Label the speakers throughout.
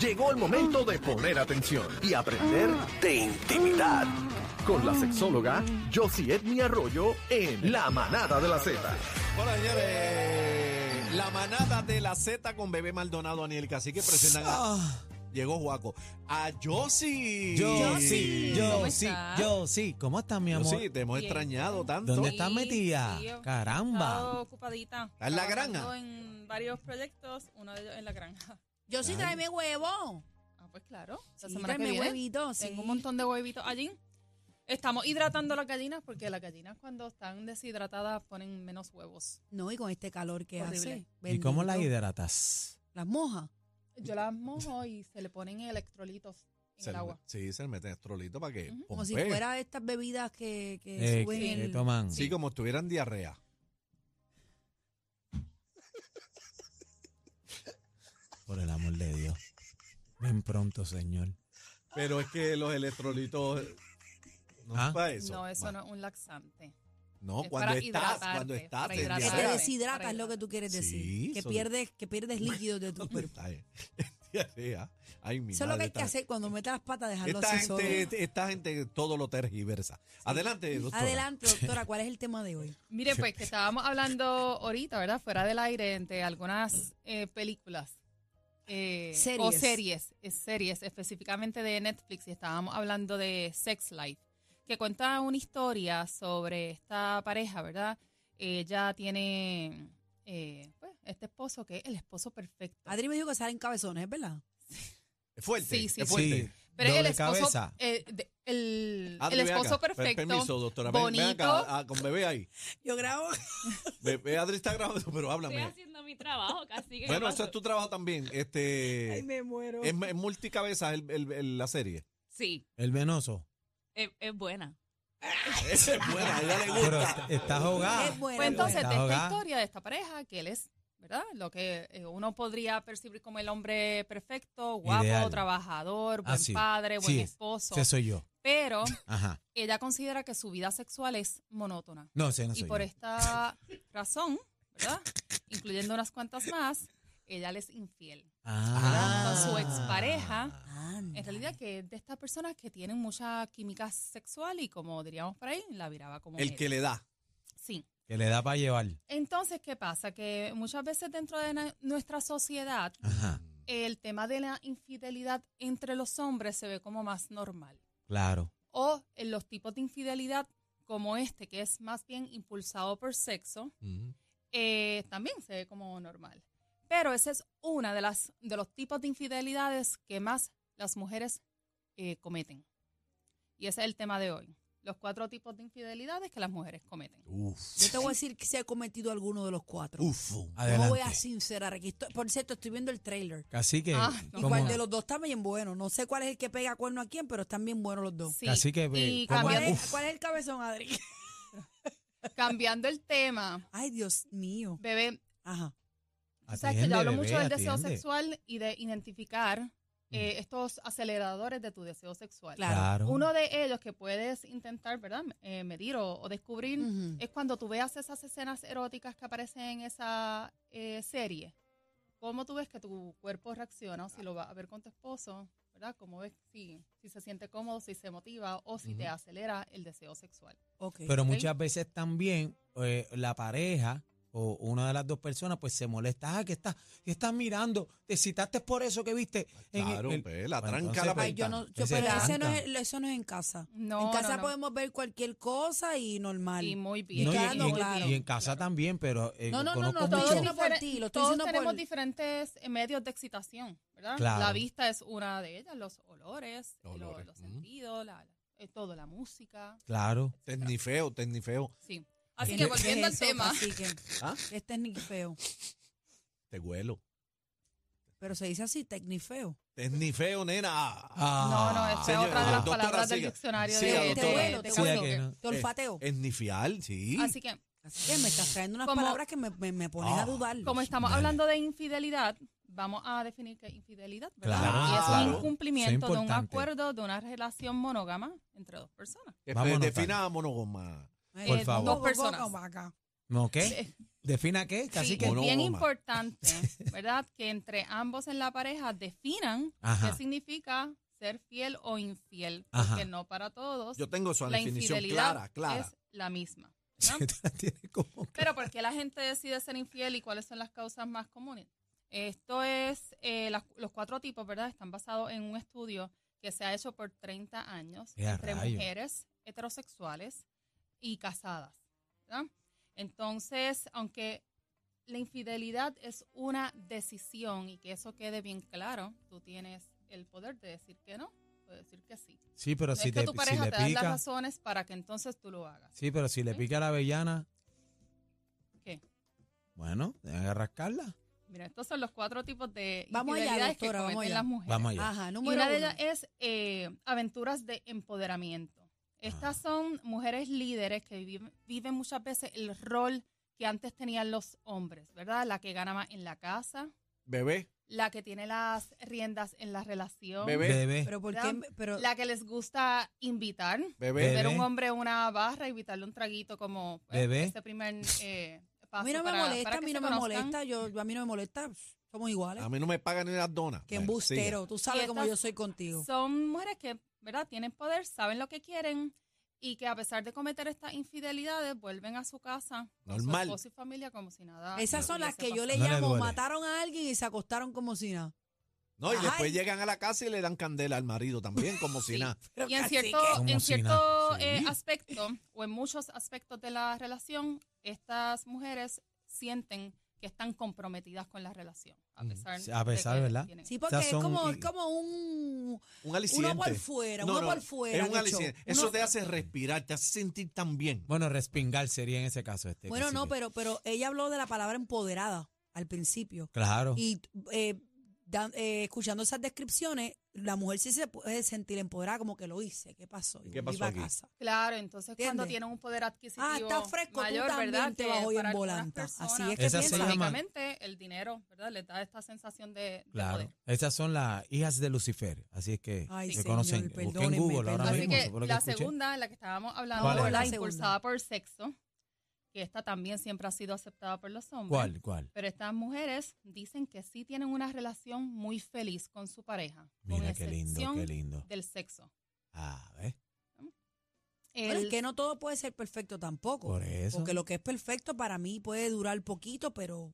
Speaker 1: Llegó el momento de poner atención y aprender de intimidad. Con la sexóloga Josie Edmi Arroyo en La Manada de la Z.
Speaker 2: Bueno, señores, la manada de la Z con Bebé Maldonado, Aniel Cacique, presentan
Speaker 3: Ah.
Speaker 2: a... Llegó Juaco. A Josie.
Speaker 3: Yo sí, yo
Speaker 4: ¿Cómo
Speaker 3: sí,
Speaker 4: está?
Speaker 3: yo sí. ¿Cómo estás, mi amor?
Speaker 2: Josie, te hemos extrañado tanto.
Speaker 3: ¿Dónde
Speaker 4: está?
Speaker 3: estás metida?
Speaker 4: sí, yo- Estaba
Speaker 3: Caramba.
Speaker 4: ocupadita.
Speaker 2: ¿Está en la
Speaker 4: Trabajando
Speaker 2: granja?
Speaker 4: En varios proyectos, uno de ellos en la granja.
Speaker 5: Yo sí tráeme huevo.
Speaker 4: Ah, pues claro. La
Speaker 5: Sí,
Speaker 4: semana que
Speaker 5: tráeme
Speaker 4: viene
Speaker 5: huevito. Sí.
Speaker 4: tengo un montón de huevitos allí. Estamos hidratando las gallinas porque las gallinas cuando están deshidratadas ponen menos huevos.
Speaker 5: No, y con este calor que
Speaker 4: Horrible.
Speaker 5: hace.
Speaker 3: ¿Y cómo la
Speaker 5: bendito.
Speaker 3: hidratas?
Speaker 5: Las mojas.
Speaker 4: Yo las mojo y se le ponen electrolitos en
Speaker 2: Se
Speaker 4: el
Speaker 2: le-
Speaker 4: agua.
Speaker 2: Sí, se le meten estrolito para que.
Speaker 5: Como si
Speaker 2: pompee.
Speaker 5: fuera estas bebidas que, que
Speaker 3: Eh,
Speaker 5: suben.
Speaker 3: que- que
Speaker 5: el-
Speaker 3: toman.
Speaker 2: Sí, como estuvieran diarrea.
Speaker 3: Por el amor de Dios. Ven pronto, señor.
Speaker 2: Pero es que los electrolitos. No
Speaker 3: Ah.
Speaker 2: es para eso.
Speaker 4: No, eso
Speaker 2: Bueno,
Speaker 4: no es un laxante.
Speaker 2: No,
Speaker 4: Es
Speaker 2: cuando
Speaker 4: para
Speaker 2: estás,
Speaker 4: hidratarte,
Speaker 2: cuando estás
Speaker 4: para
Speaker 2: en
Speaker 5: que
Speaker 4: hidratarte.
Speaker 5: te
Speaker 2: diarrea.
Speaker 4: Sí.
Speaker 5: deshidratas, es lo que tú quieres decir.
Speaker 2: Sí,
Speaker 5: que,
Speaker 2: eso-
Speaker 5: pierdes, que pierdes líquidos de tu
Speaker 2: ¿Dónde
Speaker 5: cuerpo.
Speaker 2: estás? En diarrea. Ay, mi
Speaker 5: Eso es lo
Speaker 2: madre,
Speaker 5: que hay que
Speaker 2: esta-
Speaker 5: hacer cuando metas las patas, dejarlo
Speaker 2: Esta
Speaker 5: así solo.
Speaker 2: gente, esta gente todo lo tergiversa. Adelante, doctora.
Speaker 5: Adelante, doctora, ¿cuál es el tema de hoy?
Speaker 4: Mire, pues que estábamos hablando ahorita, ¿verdad? Fuera del aire, entre algunas eh, películas. eh,
Speaker 5: Series.
Speaker 4: O series, eh, series, específicamente de Netflix, y estábamos hablando de Sex Life, que cuenta una historia sobre esta pareja, ¿verdad? Ella tiene eh, pues, este esposo que es el esposo perfecto.
Speaker 5: Adri me dijo que salen cabezones, ¿es verdad?
Speaker 2: Es fuerte.
Speaker 4: Sí, sí,
Speaker 2: es
Speaker 4: sí.
Speaker 2: fuerte.
Speaker 4: Pero
Speaker 3: doble
Speaker 4: el esposo,
Speaker 3: cabeza.
Speaker 4: eh, de- el,
Speaker 2: Ah, Adri,
Speaker 4: el
Speaker 2: ven
Speaker 4: esposo
Speaker 2: acá. Per-
Speaker 4: perfecto,
Speaker 2: Permiso, doctora. Ven- ven acá,
Speaker 4: bonito.
Speaker 2: ah, con bebé ahí.
Speaker 5: Yo grabo.
Speaker 2: Bebé, Adri está grabando, pero
Speaker 6: Estoy
Speaker 2: háblame.
Speaker 6: haciendo mi trabajo, casi que
Speaker 2: Bueno,
Speaker 6: me
Speaker 2: eso es
Speaker 6: pasó.
Speaker 2: tu trabajo también. Este,
Speaker 5: Ay, me muero.
Speaker 2: es, es multicabezas el- el- el- la serie.
Speaker 6: Sí,
Speaker 3: El venoso.
Speaker 6: es, es buena.
Speaker 2: Esa es buena, a ella le
Speaker 3: Pero
Speaker 2: gusta.
Speaker 3: está- está jugada.
Speaker 5: Es bueno.
Speaker 4: Pues entonces,
Speaker 3: Está
Speaker 4: de esta
Speaker 3: ahogada.
Speaker 4: historia de esta pareja, que él es, ¿verdad? Lo que eh, uno podría percibir como el hombre perfecto, guapo,
Speaker 3: Ideal.
Speaker 4: trabajador, buen
Speaker 3: Ah, sí.
Speaker 4: padre, buen
Speaker 3: Sí,
Speaker 4: esposo.
Speaker 3: Ese soy yo.
Speaker 4: Pero
Speaker 3: Ajá.
Speaker 4: ella considera que su vida sexual es monótona.
Speaker 3: No, ese no
Speaker 4: y
Speaker 3: soy
Speaker 4: por
Speaker 3: yo.
Speaker 4: esta razón, ¿verdad? Incluyendo unas cuantas más, ella le es infiel.
Speaker 3: Ah.
Speaker 4: Con su expareja,
Speaker 5: Anda.
Speaker 4: en realidad que es de estas personas que tienen mucha química sexual y como diríamos por ahí, la viraba como
Speaker 2: El
Speaker 4: él.
Speaker 2: que le da.
Speaker 4: Sí.
Speaker 3: Que le da para llevar.
Speaker 4: Entonces, ¿qué pasa? Que muchas veces dentro de na- nuestra sociedad
Speaker 3: Ajá.
Speaker 4: el tema de la infidelidad entre los hombres se ve como más normal.
Speaker 3: Claro.
Speaker 4: O en los tipos de infidelidad como este, que es más bien impulsado por sexo,
Speaker 2: Mm.
Speaker 4: eh, también se ve como normal. Pero ese es uno de, las, de los tipos de infidelidades que más las mujeres eh, cometen. Y ese es el tema de hoy. Los cuatro tipos de infidelidades que las mujeres cometen.
Speaker 2: Uf.
Speaker 5: Yo te voy a decir que se ha cometido alguno de los cuatro.
Speaker 2: Uf.
Speaker 5: No
Speaker 3: Adelante.
Speaker 5: voy a sincerar aquí. Estoy- por cierto, estoy viendo el trailer.
Speaker 3: Así que.
Speaker 4: Ah,
Speaker 5: Y
Speaker 4: ¿Cómo?
Speaker 5: cuál de los dos está bien bueno. No sé cuál es el que pega cuerno a quién, pero están bien buenos los dos.
Speaker 4: Sí.
Speaker 3: Así que,
Speaker 4: y
Speaker 3: eh, ¿cómo
Speaker 5: ¿Cuál,
Speaker 4: cambiando-
Speaker 5: es, cuál es el cabezón, Adri?
Speaker 4: cambiando el tema,
Speaker 5: Ay, Dios mío.
Speaker 4: bebé,
Speaker 5: Ajá.
Speaker 4: O sea, que
Speaker 3: Atiende,
Speaker 4: yo hablo
Speaker 3: bebé,
Speaker 4: mucho del deseo
Speaker 3: atiende. Mm.
Speaker 4: sexual y de identificar eh, estos aceleradores de tu deseo sexual.
Speaker 5: Claro.
Speaker 3: Claro.
Speaker 4: Uno de ellos que puedes intentar, ¿verdad? Eh, medir o, o descubrir
Speaker 5: Ujú.
Speaker 4: es cuando tú veas esas escenas eróticas que aparecen en esa eh, serie. ¿Cómo tú ves que tu cuerpo reacciona? O si lo vas a ver con tu esposo, ¿verdad? ¿Cómo ves si, si se siente cómodo, si se motiva o si te acelera el deseo sexual?
Speaker 5: Ok.
Speaker 3: Pero muchas veces también eh, la pareja o una de las dos personas, pues se molesta. Ah, que estás, que estás mirando. Te citaste por eso que viste. en el-
Speaker 2: Claro,
Speaker 3: el-
Speaker 2: pues, la
Speaker 3: Bueno,
Speaker 2: tranca
Speaker 3: entonces,
Speaker 2: la
Speaker 3: pues,
Speaker 5: Ay, yo no, yo-
Speaker 3: Ese
Speaker 5: pero
Speaker 3: es
Speaker 5: ese no
Speaker 3: tanta.
Speaker 5: es, eso no es en casa.
Speaker 4: No,
Speaker 5: en casa
Speaker 4: no, no.
Speaker 5: podemos ver cualquier cosa y normal.
Speaker 4: Y muy bien.
Speaker 3: No, y,
Speaker 5: Claro,
Speaker 3: y en,
Speaker 5: claro.
Speaker 3: y en casa también, pero eh,
Speaker 5: No, no, no,
Speaker 3: conozco
Speaker 5: no,
Speaker 3: mucho-
Speaker 5: todos diciendo por
Speaker 4: diferen-
Speaker 5: ti, lo estoy
Speaker 4: todos
Speaker 5: diciendo por-
Speaker 4: tenemos diferentes eh, medios de excitación, ¿verdad?
Speaker 3: Claro.
Speaker 4: La vista es una de ellas, los olores, lo-
Speaker 2: Olores,
Speaker 4: los
Speaker 2: ujú.
Speaker 4: sentidos, la- la- eh, todo, la música.
Speaker 3: Claro.
Speaker 2: Tecnifeo, tecnifeo.
Speaker 4: Sí. Así
Speaker 5: ¿Qué
Speaker 4: que
Speaker 5: es
Speaker 4: volviendo al
Speaker 5: eso,
Speaker 4: tema.
Speaker 5: cacique?
Speaker 2: ¿Ah?
Speaker 5: Es tecnifeo.
Speaker 2: Te huelo.
Speaker 5: Pero se dice así, tecnifeo.
Speaker 2: Tecnifeo, nena.
Speaker 4: No, no,
Speaker 2: Ah,
Speaker 4: esa es
Speaker 2: señora,
Speaker 4: otra de las
Speaker 2: doctora,
Speaker 4: palabras del
Speaker 2: siga.
Speaker 4: diccionario
Speaker 2: Siga,
Speaker 4: de, este de-
Speaker 5: doctora. Te
Speaker 4: de
Speaker 5: vuelo, te
Speaker 3: Sí,
Speaker 5: vuelo.
Speaker 4: Cacique.
Speaker 3: que no.
Speaker 5: Te olfateo.
Speaker 2: eh, Esnifial, sí.
Speaker 4: Así que,
Speaker 5: Así que me estás trayendo unas
Speaker 4: Como-
Speaker 5: palabras que me, me, me pones
Speaker 2: Ah,
Speaker 5: a dudar.
Speaker 4: como estamos
Speaker 3: Dale.
Speaker 4: hablando de infidelidad, vamos a definir qué es infidelidad, ¿verdad?
Speaker 3: Claro,
Speaker 4: y es
Speaker 2: claro.
Speaker 4: un incumplimiento
Speaker 3: Eso es
Speaker 4: de un
Speaker 3: importante.
Speaker 4: acuerdo, de una relación monógama entre dos personas.
Speaker 2: Que
Speaker 3: Vamos a anotar.
Speaker 2: defina monogoma.
Speaker 5: Ay,
Speaker 3: por
Speaker 5: no,
Speaker 3: favor.
Speaker 5: no,
Speaker 4: Dos personas.
Speaker 5: no, vaca.
Speaker 3: ¿No qué?
Speaker 4: Eh,
Speaker 3: ¿Defina qué? Casi
Speaker 4: sí,
Speaker 3: que.
Speaker 4: es bien
Speaker 2: Monógama.
Speaker 4: importante, ¿verdad? Que entre ambos en la pareja definan
Speaker 3: Ajá.
Speaker 4: qué significa ser fiel o infiel,
Speaker 3: Ajá.
Speaker 4: porque no para todos
Speaker 2: Yo tengo su
Speaker 4: la
Speaker 2: definición
Speaker 4: infidelidad
Speaker 2: clara, clara.
Speaker 4: es la misma. ¿no?
Speaker 3: Se la tiene como que-
Speaker 4: Pero ¿por qué la gente decide ser infiel y cuáles son las causas más comunes? Esto es, eh, las- los cuatro tipos, ¿verdad? Están basados en un estudio que se ha hecho por 30 años
Speaker 3: ¡Ea,
Speaker 4: entre
Speaker 3: rayo!
Speaker 4: mujeres heterosexuales y casadas. ¿verdad? Entonces, aunque la infidelidad es una decisión y que eso quede bien claro, tú tienes el poder de decir que no o decir que sí.
Speaker 3: Sí, pero
Speaker 4: No
Speaker 3: si
Speaker 4: es que
Speaker 3: te,
Speaker 4: tu
Speaker 3: si
Speaker 4: pareja
Speaker 3: le
Speaker 4: te da las
Speaker 3: pica.
Speaker 4: razones para que entonces tú lo hagas.
Speaker 3: Sí, pero si le pica la avellana.
Speaker 4: ¿Qué?
Speaker 3: Bueno, deja rascarla.
Speaker 4: Mira, estos son los cuatro tipos de
Speaker 5: Vamos allá,
Speaker 4: infidelidades
Speaker 5: doctora,
Speaker 4: que
Speaker 5: vamos
Speaker 4: cometen
Speaker 5: allá.
Speaker 4: las mujeres.
Speaker 3: Vamos allá.
Speaker 5: Ajá,
Speaker 4: Y
Speaker 5: número
Speaker 4: una
Speaker 5: uno.
Speaker 4: de ellas es eh, aventuras de empoderamiento. Estas
Speaker 3: Ah.
Speaker 4: son mujeres líderes que viven, viven muchas veces el rol que antes tenían los hombres, ¿verdad? La que gana más en la casa,
Speaker 2: Bebé,
Speaker 4: la que tiene las riendas en la relación,
Speaker 2: Bebé.
Speaker 3: Bebé.
Speaker 5: Pero ¿por
Speaker 4: ¿verdad?
Speaker 5: qué? Pero,
Speaker 4: la que les gusta invitar,
Speaker 2: bebé.
Speaker 3: Bebé.
Speaker 4: ver a un hombre en una barra, invitarle un traguito como eh,
Speaker 3: Bebé.
Speaker 4: ese primer eh,
Speaker 5: a
Speaker 4: paso
Speaker 5: mí no me
Speaker 4: para-
Speaker 5: molesta,
Speaker 4: para
Speaker 5: a
Speaker 4: que
Speaker 5: mí
Speaker 4: se
Speaker 5: no me
Speaker 4: conozcan.
Speaker 5: molesta. Yo, yo- a mí no me molesta. Somos iguales.
Speaker 2: A mí no me pagan ni las donas.
Speaker 5: Qué
Speaker 2: Bueno,
Speaker 5: embustero. Tú sabes
Speaker 4: Y
Speaker 5: cómo
Speaker 4: estas
Speaker 5: yo soy contigo.
Speaker 4: Son mujeres que, ¿verdad? Tienen poder, saben lo que quieren y que a pesar de cometer estas infidelidades vuelven a su casa con
Speaker 2: Normal.
Speaker 4: su esposo y familia como si nada.
Speaker 5: Esas son las que yo le
Speaker 3: No le
Speaker 5: llamo,
Speaker 3: duele.
Speaker 5: mataron a alguien y se acostaron como si nada.
Speaker 2: siga. No, y
Speaker 5: Ajá.
Speaker 2: después llegan a la casa y le dan candela al marido también, como si
Speaker 4: Sí.
Speaker 2: nada.
Speaker 5: Pero
Speaker 4: Y en
Speaker 5: casi
Speaker 4: cierto,
Speaker 5: que-
Speaker 3: Como
Speaker 4: en
Speaker 3: si
Speaker 4: cierto
Speaker 3: nada.
Speaker 4: eh,
Speaker 3: Sí.
Speaker 4: aspecto o en muchos aspectos de la relación, estas mujeres sienten que están comprometidas con la relación. A
Speaker 3: Ujú.
Speaker 4: pesar,
Speaker 3: Mm, Sí, a pesar,
Speaker 4: de que
Speaker 3: ¿verdad?
Speaker 4: tienen-
Speaker 5: Sí, porque
Speaker 3: Esas
Speaker 5: es
Speaker 3: son-
Speaker 5: como, es como un...
Speaker 2: Un aliciente.
Speaker 5: por fuera, uno por fuera,
Speaker 2: Es un
Speaker 5: Nacho.
Speaker 2: aliciente. Eso
Speaker 5: Uno-
Speaker 2: te hace respirar, te hace sentir tan bien.
Speaker 3: Bueno, respingar sería en ese caso. Este,
Speaker 5: Bueno,
Speaker 3: casi
Speaker 5: no,
Speaker 3: que-
Speaker 5: pero, pero ella habló de la palabra empoderada al principio.
Speaker 3: Claro.
Speaker 5: Y eh, dan- eh, escuchando esas descripciones, la mujer sí se puede sentir empoderada, como que lo hice. ¿Qué pasó?
Speaker 2: ¿Qué
Speaker 5: Yo me
Speaker 2: pasó
Speaker 5: iba
Speaker 2: aquí?
Speaker 5: a casa.
Speaker 4: Claro, entonces cuando
Speaker 5: ¿Entiendes?
Speaker 4: tienen un poder adquisitivo
Speaker 5: Ah, está fresco, tú
Speaker 4: mayor,
Speaker 5: también
Speaker 4: ¿verdad?
Speaker 5: te
Speaker 4: Que
Speaker 5: vas hoy en
Speaker 4: para algunas
Speaker 5: volanta. Así es
Speaker 4: personas,
Speaker 5: que
Speaker 3: Esa se piensan. llama-
Speaker 4: básicamente el dinero, ¿verdad? Les da esta sensación de, de
Speaker 3: Claro.
Speaker 4: poder.
Speaker 3: Esas son las hijas de Lucifer. Así es que
Speaker 5: Ay,
Speaker 3: se
Speaker 5: señor,
Speaker 3: conocen. Busqué en
Speaker 5: perdónenme,
Speaker 3: Google ahora
Speaker 5: perdónenme.
Speaker 4: Así
Speaker 3: mismo.
Speaker 4: que
Speaker 3: eso fue lo que
Speaker 4: la
Speaker 3: escuché.
Speaker 4: segunda, la que estábamos hablando,
Speaker 3: ¿Cuál es?
Speaker 4: ¿verdad?
Speaker 3: La
Speaker 5: segunda.
Speaker 4: Impulsada por sexo, que esta también siempre ha sido aceptada por los hombres.
Speaker 3: ¿Cuál? ¿Cuál?
Speaker 4: Pero estas mujeres dicen que sí tienen una relación muy feliz con su pareja, con
Speaker 3: Mira qué lindo,
Speaker 4: excepción
Speaker 3: qué lindo.
Speaker 4: del sexo.
Speaker 3: Ah, ¿ves?
Speaker 5: Pero
Speaker 4: El-
Speaker 5: es que no todo puede ser perfecto tampoco.
Speaker 3: Por eso.
Speaker 5: Porque lo que es perfecto para mí puede durar poquito, pero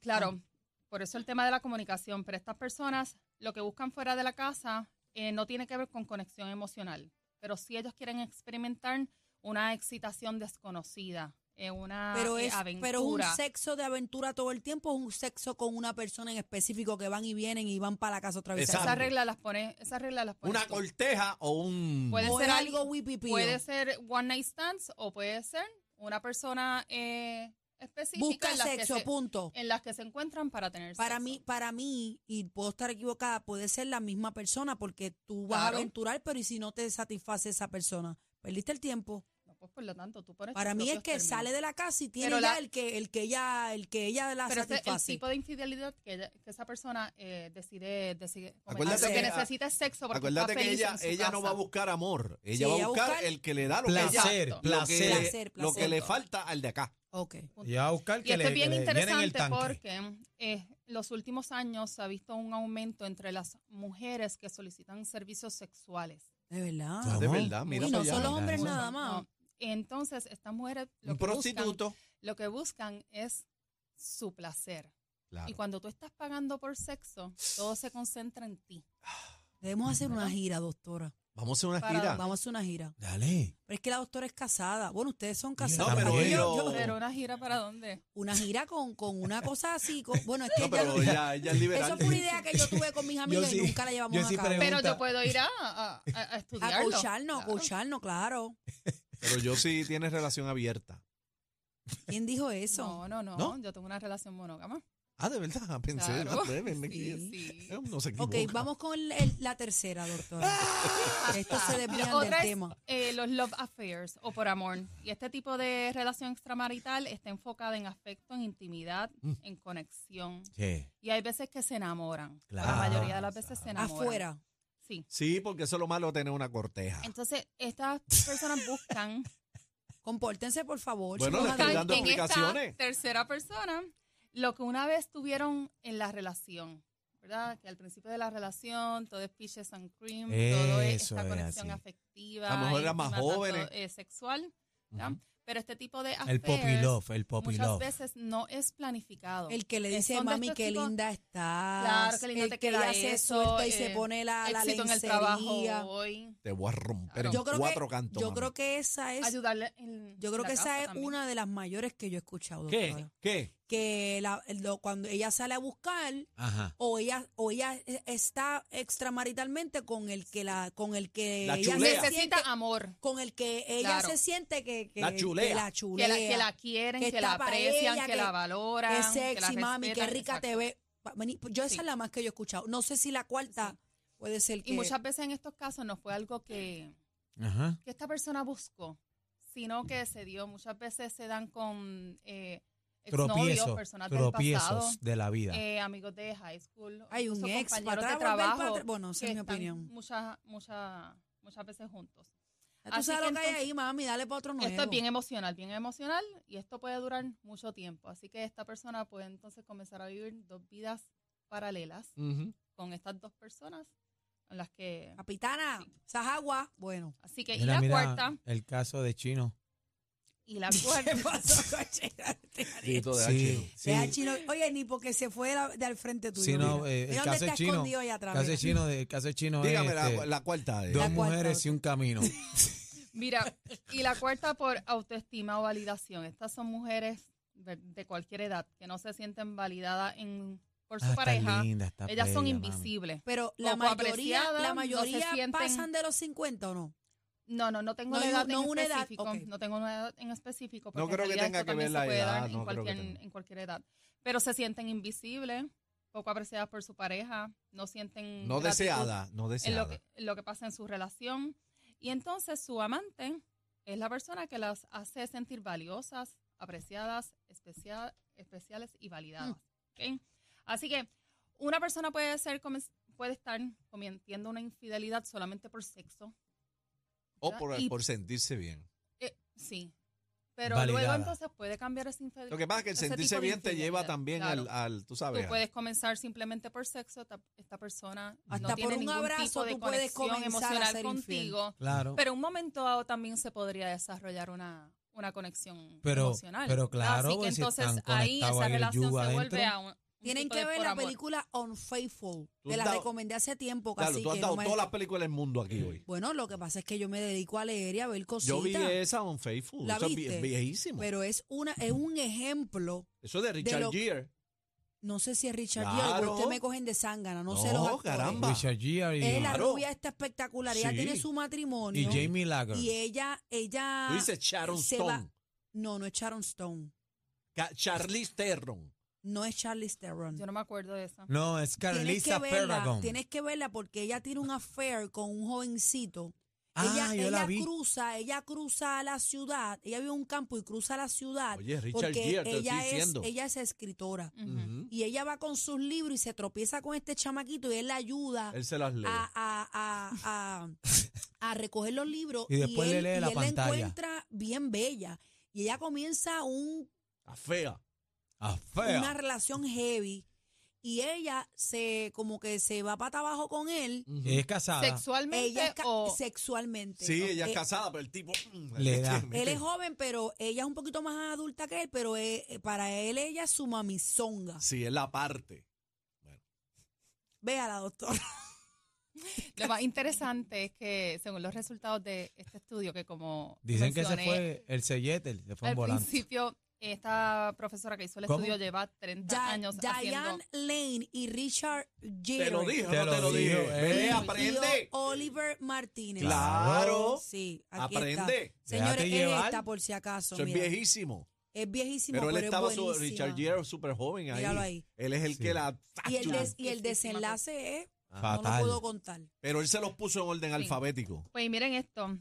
Speaker 4: Claro, por eso el tema de la comunicación, pero estas personas lo que buscan fuera de la casa eh, no tiene que ver con conexión emocional, pero sí ellos quieren experimentar una excitación desconocida, eh, una
Speaker 5: pero
Speaker 4: eh,
Speaker 5: es,
Speaker 4: aventura.
Speaker 5: pero es un sexo de aventura todo el tiempo, es un sexo con una persona en específico que van y vienen y van para la casa otra vez.
Speaker 2: Exacto.
Speaker 4: esas reglas las pone, esas reglas las pone
Speaker 2: Una
Speaker 4: tú.
Speaker 2: corteja o un.
Speaker 4: Puede
Speaker 5: O
Speaker 4: ser
Speaker 5: es
Speaker 4: algo-
Speaker 5: algo wipipío.
Speaker 4: Puede ser one night stands o puede ser una persona eh, específica
Speaker 5: Busca
Speaker 4: en las que
Speaker 5: sexo,
Speaker 4: se-
Speaker 5: punto.
Speaker 4: en las que se encuentran para tener
Speaker 5: Para
Speaker 4: sexo.
Speaker 5: mí, para mí, y puedo estar equivocada, puede ser la misma persona porque tú vas
Speaker 4: Claro.
Speaker 5: a aventurar, pero ¿y si no te satisface esa persona? Perdiste el tiempo.
Speaker 4: No, pues, por lo tanto, tú pones
Speaker 5: Para
Speaker 4: tus
Speaker 5: mí es
Speaker 4: propios
Speaker 5: que
Speaker 4: términos.
Speaker 5: sale de la casa y tiene
Speaker 4: Pero
Speaker 5: ya
Speaker 4: la-
Speaker 5: el que el que ella el que ella la
Speaker 4: Pero ese es el
Speaker 5: Ah, satisface.
Speaker 4: tipo de infidelidad que, ella- que esa persona eh, decide, decide cometer.
Speaker 2: Acuérdate
Speaker 4: Lo que
Speaker 2: que-
Speaker 4: necesita es sexo porque
Speaker 2: Acuérdate
Speaker 4: está
Speaker 2: que
Speaker 4: feliz
Speaker 2: ella,
Speaker 4: en su
Speaker 2: ella no
Speaker 4: casa.
Speaker 2: va a buscar amor. Ella
Speaker 5: Sí,
Speaker 2: va
Speaker 5: ella
Speaker 2: a buscar,
Speaker 5: buscar
Speaker 2: el que le da lo que ella.
Speaker 3: Placer,
Speaker 4: Exacto.
Speaker 2: Lo que,
Speaker 3: placer.
Speaker 5: Placer,
Speaker 2: lo que
Speaker 5: placer.
Speaker 2: le falta al de acá.
Speaker 5: Ok.
Speaker 3: Y a buscar
Speaker 4: Y
Speaker 3: que
Speaker 4: esto
Speaker 3: le,
Speaker 4: es bien
Speaker 3: que le llenen el
Speaker 4: interesante
Speaker 3: tanque.
Speaker 4: porque eh, los últimos años se ha visto un aumento entre las mujeres que solicitan servicios sexuales.
Speaker 5: De verdad.
Speaker 3: ¿Cómo?
Speaker 2: De verdad, mira.
Speaker 5: Y Ah. no
Speaker 2: para allá.
Speaker 5: son los hombres
Speaker 3: Eso.
Speaker 5: nada más.
Speaker 4: No. Entonces, estas mujeres lo
Speaker 2: Un
Speaker 4: que, buscan,
Speaker 2: prostituto.
Speaker 4: lo que buscan es su placer.
Speaker 2: Claro.
Speaker 4: Y cuando tú estás pagando por sexo, todo se concentra en ti.
Speaker 5: Debemos hacer una gira, doctora.
Speaker 2: Vamos a hacer una
Speaker 4: Para-
Speaker 2: gira.
Speaker 5: Vamos a hacer una gira.
Speaker 3: Dale.
Speaker 5: Pero es que la doctora es casada. Bueno, ustedes son casados.
Speaker 2: No, pero
Speaker 5: Yo-
Speaker 2: ella-
Speaker 5: yo-
Speaker 4: Pero una gira para dónde?
Speaker 5: una gira con, con una cosa así. con- bueno, es que
Speaker 2: No,
Speaker 5: ya
Speaker 2: pero
Speaker 5: lo-
Speaker 2: ella, ella es liberal.
Speaker 5: eso fue una idea que yo tuve con mis amigas
Speaker 3: sí-
Speaker 5: y nunca la llevamos
Speaker 3: yo sí
Speaker 5: a cabo.
Speaker 3: pregunto.
Speaker 4: Pero
Speaker 3: Pregunta.
Speaker 4: yo puedo ir a, a, a- a
Speaker 5: A
Speaker 4: estudiarlo.
Speaker 5: coacharnos, a
Speaker 4: Claro.
Speaker 5: coacharnos, claro.
Speaker 2: Pero yo sí tienes relación abierta.
Speaker 5: ¿Quién dijo eso?
Speaker 4: No, no, no,
Speaker 2: ¿No?
Speaker 4: Yo tengo una relación monógama.
Speaker 2: Ah, de verdad, pensé.
Speaker 4: Claro.
Speaker 2: ah, ven, ven,
Speaker 5: Sí.
Speaker 4: Sí.
Speaker 2: eh, No se
Speaker 5: ok,
Speaker 2: equivoca.
Speaker 5: vamos con el- el- la tercera, doctora. Esto Pues se desvían del
Speaker 4: Ah. Otra es,
Speaker 5: tema.
Speaker 4: eh, los love affairs o por amor. Y este tipo de relación extramarital está enfocada en afecto, en intimidad, en conexión.
Speaker 3: Mm. Sí.
Speaker 4: Y hay veces que se enamoran.
Speaker 3: Claro.
Speaker 4: La mayoría de las veces se enamoran.
Speaker 5: Afuera.
Speaker 4: Sí.
Speaker 2: Sí, porque eso es lo malo de tener una corteja.
Speaker 4: Entonces, estas personas buscan
Speaker 5: Compórtense, por favor.
Speaker 2: Bueno,
Speaker 5: chicos,
Speaker 2: le estoy
Speaker 5: adultos.
Speaker 2: dando
Speaker 4: en esta
Speaker 2: explicaciones.
Speaker 4: tercera persona lo que una vez tuvieron en la relación. ¿Verdad? Que al principio de la relación todo es peaches and cream, todo es
Speaker 3: Eso
Speaker 4: esta
Speaker 3: es
Speaker 4: conexión
Speaker 3: así.
Speaker 4: afectiva.
Speaker 2: A lo mejor eran más
Speaker 4: íntima, tanto,
Speaker 2: jóvenes.
Speaker 4: eh, sexual. ¿verdad? Pero este tipo de
Speaker 3: El poppy
Speaker 4: affairs
Speaker 3: love, el poppy
Speaker 4: muchas
Speaker 3: love.
Speaker 4: veces no es planificado.
Speaker 5: El que le dice,
Speaker 4: Eh, Son de
Speaker 5: mami,
Speaker 4: estos
Speaker 5: qué
Speaker 4: tipos-
Speaker 5: linda estás.
Speaker 4: Claro, qué lindo
Speaker 5: el
Speaker 4: te
Speaker 5: que
Speaker 4: queda
Speaker 5: ya se
Speaker 4: eso,
Speaker 5: suelta y
Speaker 4: eh,
Speaker 5: se pone la, la
Speaker 4: éxito en el
Speaker 5: lencería.
Speaker 4: trabajo hoy.
Speaker 2: Te voy a romper
Speaker 4: Claro.
Speaker 2: en
Speaker 5: Yo creo,
Speaker 2: cuatro
Speaker 5: que,
Speaker 2: cantos.
Speaker 5: yo
Speaker 2: mami.
Speaker 5: creo que esa es,
Speaker 4: Ayudarle en
Speaker 5: yo creo
Speaker 4: la
Speaker 5: que
Speaker 4: casa
Speaker 5: esa es
Speaker 4: también.
Speaker 5: una de las mayores que yo he escuchado.
Speaker 3: ¿Qué?
Speaker 5: doctora.
Speaker 3: ¿Qué?
Speaker 5: Que la- lo- cuando ella sale a buscar
Speaker 3: Ajá.
Speaker 5: o ella o ella e- está extramaritalmente con el que la con el que
Speaker 2: La
Speaker 5: ella se
Speaker 2: chulea.
Speaker 4: Necesita
Speaker 5: siente,
Speaker 4: amor.
Speaker 5: con el que ella
Speaker 4: Claro.
Speaker 5: se siente que, que-
Speaker 2: La chulea.
Speaker 5: que la
Speaker 4: Que
Speaker 5: chulea.
Speaker 4: la, que la quieren,
Speaker 5: que
Speaker 4: que, la
Speaker 5: está pa'
Speaker 4: aprecian,
Speaker 5: ella,
Speaker 4: que,
Speaker 5: que-
Speaker 4: la valoran.
Speaker 5: Qué
Speaker 4: que la
Speaker 5: sexy, mami, qué
Speaker 4: respetan,
Speaker 5: rica te
Speaker 4: exacto.
Speaker 5: ve. Va- vení, pues, Yo esa
Speaker 4: Sí.
Speaker 5: es la más que yo he escuchado. No sé si la cuarta
Speaker 4: Sí.
Speaker 5: puede ser que
Speaker 4: Y muchas veces en estos casos no fue algo que,
Speaker 3: Ajá.
Speaker 4: que esta persona buscó, sino que se dio. Muchas veces se dan con eh, exnovios,
Speaker 3: Tropiezos.
Speaker 4: personas del pasado,
Speaker 3: Tropiezos de la vida.
Speaker 4: eh, amigos de high school.
Speaker 5: hay un
Speaker 4: incluso
Speaker 5: ex para
Speaker 4: compañeros
Speaker 5: atrás,
Speaker 4: de
Speaker 5: volver para
Speaker 4: trabajo
Speaker 5: atrás. Bueno, esa
Speaker 4: que
Speaker 5: es mi
Speaker 4: están
Speaker 5: opinión.
Speaker 4: Muchas, muchas, muchas veces juntos.
Speaker 5: Ya Tú
Speaker 4: así
Speaker 5: sabes
Speaker 4: que
Speaker 5: lo que hay
Speaker 4: entonces-
Speaker 5: ahí, mami, dale para otro nuevo.
Speaker 4: Esto es bien emocional, bien emocional y esto puede durar mucho tiempo. Así que esta persona puede entonces comenzar a vivir dos vidas paralelas
Speaker 2: Ujú.
Speaker 4: con estas dos personas en las que...
Speaker 5: Capitana, esas aguas. Bueno.
Speaker 4: Así que, y
Speaker 3: Mira,
Speaker 4: la
Speaker 3: mira
Speaker 4: cuarta,
Speaker 3: el caso de Chino.
Speaker 4: y la
Speaker 5: ¿Qué
Speaker 4: cuarta,
Speaker 5: pasó con Chino?
Speaker 2: Grito de
Speaker 3: sí, sí.
Speaker 5: Deja Chino- Oye, ni porque se fue de, la- de al frente tuyo.
Speaker 3: Sí, no,
Speaker 5: mira.
Speaker 3: eh, el
Speaker 5: Mira
Speaker 3: caso
Speaker 5: dónde está
Speaker 3: es chino.
Speaker 5: escondido allá
Speaker 3: El
Speaker 5: atrás.
Speaker 3: caso de
Speaker 5: mira.
Speaker 3: Chino, el caso de Chino es,
Speaker 2: Dígame la,
Speaker 3: este,
Speaker 2: la cuarta. eh.
Speaker 3: dos
Speaker 5: cuarta,
Speaker 3: mujeres y
Speaker 5: otra.
Speaker 3: un camino.
Speaker 4: mira, y la cuarta por autoestima o validación. Estas son mujeres de, de cualquier edad que no se sienten validadas en, por su
Speaker 3: Ah, está
Speaker 4: pareja.
Speaker 3: linda, está
Speaker 4: Ellas son
Speaker 3: bella, mami.
Speaker 4: invisibles.
Speaker 5: Pero la
Speaker 4: Poco
Speaker 5: mayoría,
Speaker 4: apreciada,
Speaker 5: la
Speaker 4: no
Speaker 5: mayoría
Speaker 4: se sienten-
Speaker 5: pasan de los 50 o no.
Speaker 4: No, no, no tengo
Speaker 5: No,
Speaker 4: la
Speaker 5: no,
Speaker 4: edad
Speaker 5: no
Speaker 4: en
Speaker 5: una edad,
Speaker 4: específico.
Speaker 5: ok.
Speaker 4: No tengo una edad en específico. porque
Speaker 2: No
Speaker 4: en
Speaker 2: creo que
Speaker 4: realidad
Speaker 2: tenga
Speaker 4: esto
Speaker 2: que
Speaker 4: también
Speaker 2: ver
Speaker 4: se
Speaker 2: la
Speaker 4: puede dar
Speaker 2: edad,
Speaker 4: En
Speaker 2: no creo que
Speaker 4: cualquier,
Speaker 2: tenga.
Speaker 4: en cualquier edad. Pero se sienten invisibles, poco apreciadas por su pareja, no sienten.
Speaker 2: No
Speaker 4: gratitud
Speaker 2: deseada, no
Speaker 4: En lo
Speaker 2: deseada.
Speaker 4: que, en lo que pasa en su relación. Y entonces su amante es la persona que las hace sentir valiosas, apreciadas, especia- especiales y validadas.
Speaker 5: Mm.
Speaker 4: ¿ok? Así que una persona puede ser. comen- puede estar cometiendo una infidelidad solamente por sexo.
Speaker 2: O por,
Speaker 4: y-
Speaker 2: por sentirse bien.
Speaker 4: Eh, sí. Pero luego
Speaker 3: Validada.
Speaker 4: entonces puede cambiar esa infidelidad.
Speaker 2: Lo que pasa es que el
Speaker 4: ese
Speaker 2: sentirse
Speaker 4: tipo de
Speaker 2: bien te lleva
Speaker 4: infidelidad,
Speaker 2: también
Speaker 4: claro.
Speaker 2: al, al- tú sabes.
Speaker 4: Tú puedes comenzar simplemente por sexo, ta- esta persona
Speaker 5: Hasta
Speaker 4: no
Speaker 5: por
Speaker 4: tiene
Speaker 5: un
Speaker 4: ningún
Speaker 5: abrazo
Speaker 4: tipo de
Speaker 5: tú puedes
Speaker 4: conexión
Speaker 5: comenzar a
Speaker 4: emocional
Speaker 5: ser infiel.
Speaker 4: contigo.
Speaker 3: Claro.
Speaker 4: Pero en un momento dado también se podría desarrollar una, una conexión
Speaker 3: Pero-
Speaker 4: emocional.
Speaker 3: pero
Speaker 4: ¿verdad? Así
Speaker 3: claro,
Speaker 4: que
Speaker 3: porque si
Speaker 4: entonces
Speaker 3: están
Speaker 4: ahí
Speaker 3: conectados
Speaker 4: esa
Speaker 3: en el
Speaker 4: relación
Speaker 3: yugo
Speaker 4: se vuelve
Speaker 3: adentro.
Speaker 4: a un, un
Speaker 5: Tienen
Speaker 4: tipo
Speaker 5: que
Speaker 4: de
Speaker 5: ver
Speaker 4: por
Speaker 5: la
Speaker 4: amor.
Speaker 5: película Unfaithful.
Speaker 2: Tú
Speaker 5: Te
Speaker 2: has
Speaker 5: la
Speaker 2: dado-
Speaker 5: recomendé hace tiempo.
Speaker 2: Claro,
Speaker 5: casi
Speaker 2: tú has
Speaker 5: que
Speaker 2: dado
Speaker 5: no me-
Speaker 2: todas las películas del mundo aquí hoy.
Speaker 5: Bueno, lo que pasa es que yo me dedico a leer y a ver cositas.
Speaker 2: Yo vi esa on Facebook.
Speaker 5: ¿La
Speaker 2: Eso es vie-
Speaker 5: viste?
Speaker 2: viejísimo.
Speaker 5: Pero es, una, es un ejemplo.
Speaker 2: Eso es de Richard
Speaker 5: lo-
Speaker 2: Gere.
Speaker 5: No sé si es Richard
Speaker 2: Claro.
Speaker 5: Gere, o usted me cogen de zángana, no, sé
Speaker 2: No,
Speaker 5: los actores.
Speaker 2: caramba.
Speaker 3: Richard Gere y,
Speaker 5: Es la
Speaker 2: Claro.
Speaker 5: rubia está espectacular. Ella
Speaker 2: Sí.
Speaker 5: tiene su matrimonio.
Speaker 3: y Jamie Lager.
Speaker 5: Y ella, ella.
Speaker 2: Tú dices Sharon
Speaker 5: se va-
Speaker 2: Stone.
Speaker 5: No, no es Sharon Stone.
Speaker 2: Ca- Charlize Theron.
Speaker 5: No es Charlize Theron.
Speaker 4: Yo no me acuerdo de esa.
Speaker 3: No, es
Speaker 5: Tienes que,
Speaker 3: Carlisa
Speaker 5: verla,
Speaker 3: Ferragon.
Speaker 5: tienes que verla porque ella tiene un affair con un jovencito.
Speaker 3: Ah,
Speaker 5: ella
Speaker 3: yo la
Speaker 5: ella
Speaker 3: vi.
Speaker 5: cruza, ella cruza la ciudad. Ella vive en un campo y cruza la ciudad.
Speaker 2: Oye, Richard
Speaker 5: porque
Speaker 2: Gere, te lo
Speaker 5: ella
Speaker 2: estoy
Speaker 5: es,
Speaker 2: diciendo.
Speaker 5: ella es escritora.
Speaker 4: Ujú.
Speaker 2: Ujú.
Speaker 5: Y ella va con sus libros y se tropieza con este chamaquito y él la ayuda
Speaker 2: Él se las lee.
Speaker 5: a, a- a- a- a recoger los libros.
Speaker 3: Y después le
Speaker 5: él-
Speaker 3: lee
Speaker 5: y
Speaker 3: la
Speaker 5: él
Speaker 3: pantalla.
Speaker 5: encuentra bien bella. Y ella comienza un
Speaker 2: A fea.
Speaker 3: Ah,
Speaker 5: una
Speaker 3: fea.
Speaker 5: relación heavy y ella se como que se va pata abajo con él.
Speaker 3: Es casada.
Speaker 4: Sexualmente
Speaker 5: Ella es ca-
Speaker 4: o
Speaker 5: sexualmente.
Speaker 2: Sí,
Speaker 5: ¿no?
Speaker 2: ella es
Speaker 5: Eh,
Speaker 2: casada, pero el tipo. mm,
Speaker 3: Le da.
Speaker 2: mete-
Speaker 5: Él es joven, pero ella es un poquito más adulta que él, pero eh, eh, para él ella es su mamizonga.
Speaker 2: Sí, es la parte.
Speaker 5: Vea la doctora.
Speaker 4: lo más interesante es que según los resultados de este estudio que como
Speaker 3: Dicen que se
Speaker 4: mencioné
Speaker 3: fue el sellete, se fue
Speaker 4: al
Speaker 3: en volante.
Speaker 4: principio esta profesora que hizo el
Speaker 3: ¿Cómo?
Speaker 4: estudio lleva 30
Speaker 5: Di-
Speaker 4: años haciendo
Speaker 5: Diane Lane y Richard
Speaker 2: Te lo
Speaker 5: Gere.
Speaker 2: dije, o
Speaker 3: Te
Speaker 2: no te
Speaker 3: lo
Speaker 2: lo dije.
Speaker 3: digo, eh.
Speaker 2: Ve,
Speaker 5: Y- y
Speaker 2: aprende.
Speaker 5: oh, Oliver Martínez.
Speaker 2: Claro.
Speaker 5: Sí, aquí
Speaker 2: Aprende.
Speaker 5: está. Señores,
Speaker 3: Déjate
Speaker 5: él
Speaker 3: llevar.
Speaker 5: está por si acaso.
Speaker 2: Eso es
Speaker 5: mira.
Speaker 2: viejísimo.
Speaker 5: Es viejísimo,
Speaker 2: Pero
Speaker 5: pero,
Speaker 2: él estaba,
Speaker 5: es
Speaker 2: su-
Speaker 5: buenísima.
Speaker 2: Richard Gere, súper joven ahí.
Speaker 5: Míralo ahí.
Speaker 2: Él es el
Speaker 3: Sí.
Speaker 2: que la.
Speaker 5: Y el, des- y
Speaker 4: Viejísima
Speaker 5: el desenlace es, Ah. no lo
Speaker 3: Fatal.
Speaker 5: puedo contar.
Speaker 2: Pero él se los puso en orden
Speaker 4: Sí.
Speaker 2: alfabético.
Speaker 4: Pues miren esto,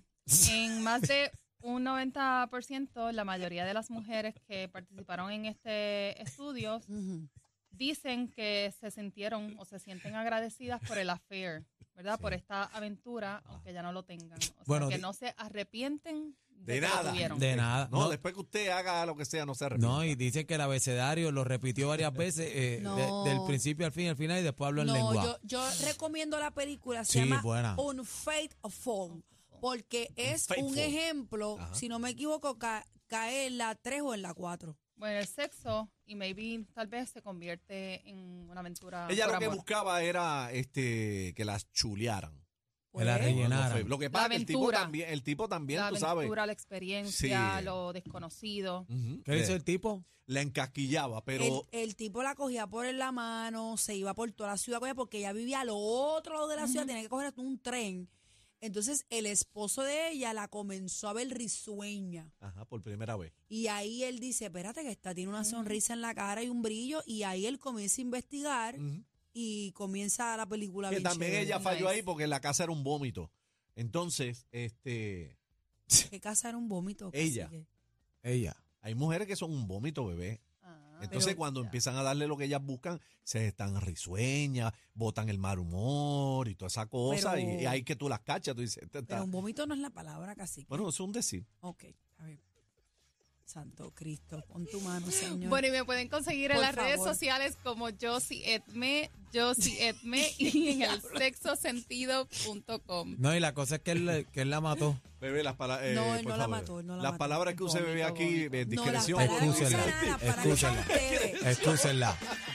Speaker 4: en más de un 90% la mayoría de las mujeres que participaron en este estudio
Speaker 5: Ujú.
Speaker 4: dicen que se sintieron o se sienten agradecidas por el affair, ¿verdad? Por esta aventura, aunque ya no lo tengan. O
Speaker 3: Bueno,
Speaker 4: sea, que
Speaker 3: di-
Speaker 4: no se arrepienten de,
Speaker 2: De
Speaker 4: que lo
Speaker 2: nada.
Speaker 4: tuvieron.
Speaker 3: De nada.
Speaker 2: No,
Speaker 3: No.
Speaker 2: después que usted haga lo que sea, no se arrepienta.
Speaker 3: No, y dicen que el abecedario lo repitió varias veces, eh,
Speaker 5: No.
Speaker 3: de- del principio al fin y al final, y después habló en
Speaker 5: No,
Speaker 3: lengua.
Speaker 5: yo, yo recomiendo la película, se
Speaker 3: Sí,
Speaker 5: llama
Speaker 3: buena.
Speaker 5: Unfaithful, porque es un
Speaker 2: Unfaithful.
Speaker 5: ejemplo, si no me equivoco, ca- cae en la 3 o en la 4.
Speaker 4: Bueno, el sexo y maybe tal vez se convierte en una
Speaker 5: Ah,
Speaker 4: aventura
Speaker 2: Ella
Speaker 4: por
Speaker 2: lo que
Speaker 4: amor.
Speaker 2: buscaba era este que las chulearan.
Speaker 3: Que la
Speaker 5: Pues,
Speaker 3: rellenaran.
Speaker 2: Lo que pasa es que el tipo
Speaker 4: aventura.
Speaker 2: también, el tipo también
Speaker 4: la
Speaker 2: tú
Speaker 4: aventura,
Speaker 2: sabes.
Speaker 4: la experiencia,
Speaker 2: Sí.
Speaker 4: lo desconocido.
Speaker 2: Ujú.
Speaker 3: ¿Qué hizo
Speaker 2: Eh,
Speaker 3: el tipo?
Speaker 2: La encasquillaba, pero
Speaker 5: el, el tipo la cogía por la mano, se iba por toda la ciudad con ella, porque ella vivía al otro lado de la ciudad, tenía que coger hasta un tren. Entonces el esposo de ella la comenzó a ver risueña.
Speaker 2: ajá, por primera vez.
Speaker 5: Y ahí él dice, espérate que esta tiene una sonrisa en la cara y un brillo. Y ahí él comienza a investigar y comienza la película.
Speaker 2: Mm. Que
Speaker 5: bien
Speaker 2: también
Speaker 5: chévere.
Speaker 2: ella falló
Speaker 4: Nice.
Speaker 2: ahí porque la casa era un vómito. Entonces, este
Speaker 5: Que casa era un vómito.
Speaker 2: Ella.
Speaker 5: cacique.
Speaker 3: Ella.
Speaker 2: hay mujeres que son un vómito, bebé.
Speaker 4: Ah,
Speaker 2: Entonces,
Speaker 4: pero-
Speaker 2: cuando
Speaker 4: ya.
Speaker 2: empiezan a darle lo que ellas buscan, se están risueñas, botan el mal humor y toda esa cosa.
Speaker 5: Pero-
Speaker 2: y, y ahí que tú las cachas, tú dices, "Esta está-".
Speaker 5: Pero un vómito no es la palabra, casi.
Speaker 2: bueno, eso es un decir.
Speaker 5: Ok, a ver. Santo Cristo, pon tu mano, señor.
Speaker 4: Bueno, y me pueden conseguir en
Speaker 5: Por
Speaker 4: las redes
Speaker 5: favor.
Speaker 4: sociales como Josie Edme, Josie Edme y en el sexosentido.com.
Speaker 3: No, y la cosa es que él, que él la mató.
Speaker 2: Bebé, las palabras.
Speaker 5: No, él no la mató, él no la
Speaker 2: eh, Las
Speaker 5: mató.
Speaker 2: palabras que usted bebe
Speaker 4: Vómito,
Speaker 2: aquí, eh,
Speaker 4: vómito.
Speaker 5: no, las
Speaker 2: discreción.
Speaker 5: palabras no
Speaker 3: Excúsenla,
Speaker 5: son nada, las palabras son
Speaker 3: excúsenla.
Speaker 5: ustedes.
Speaker 3: Excúsenla.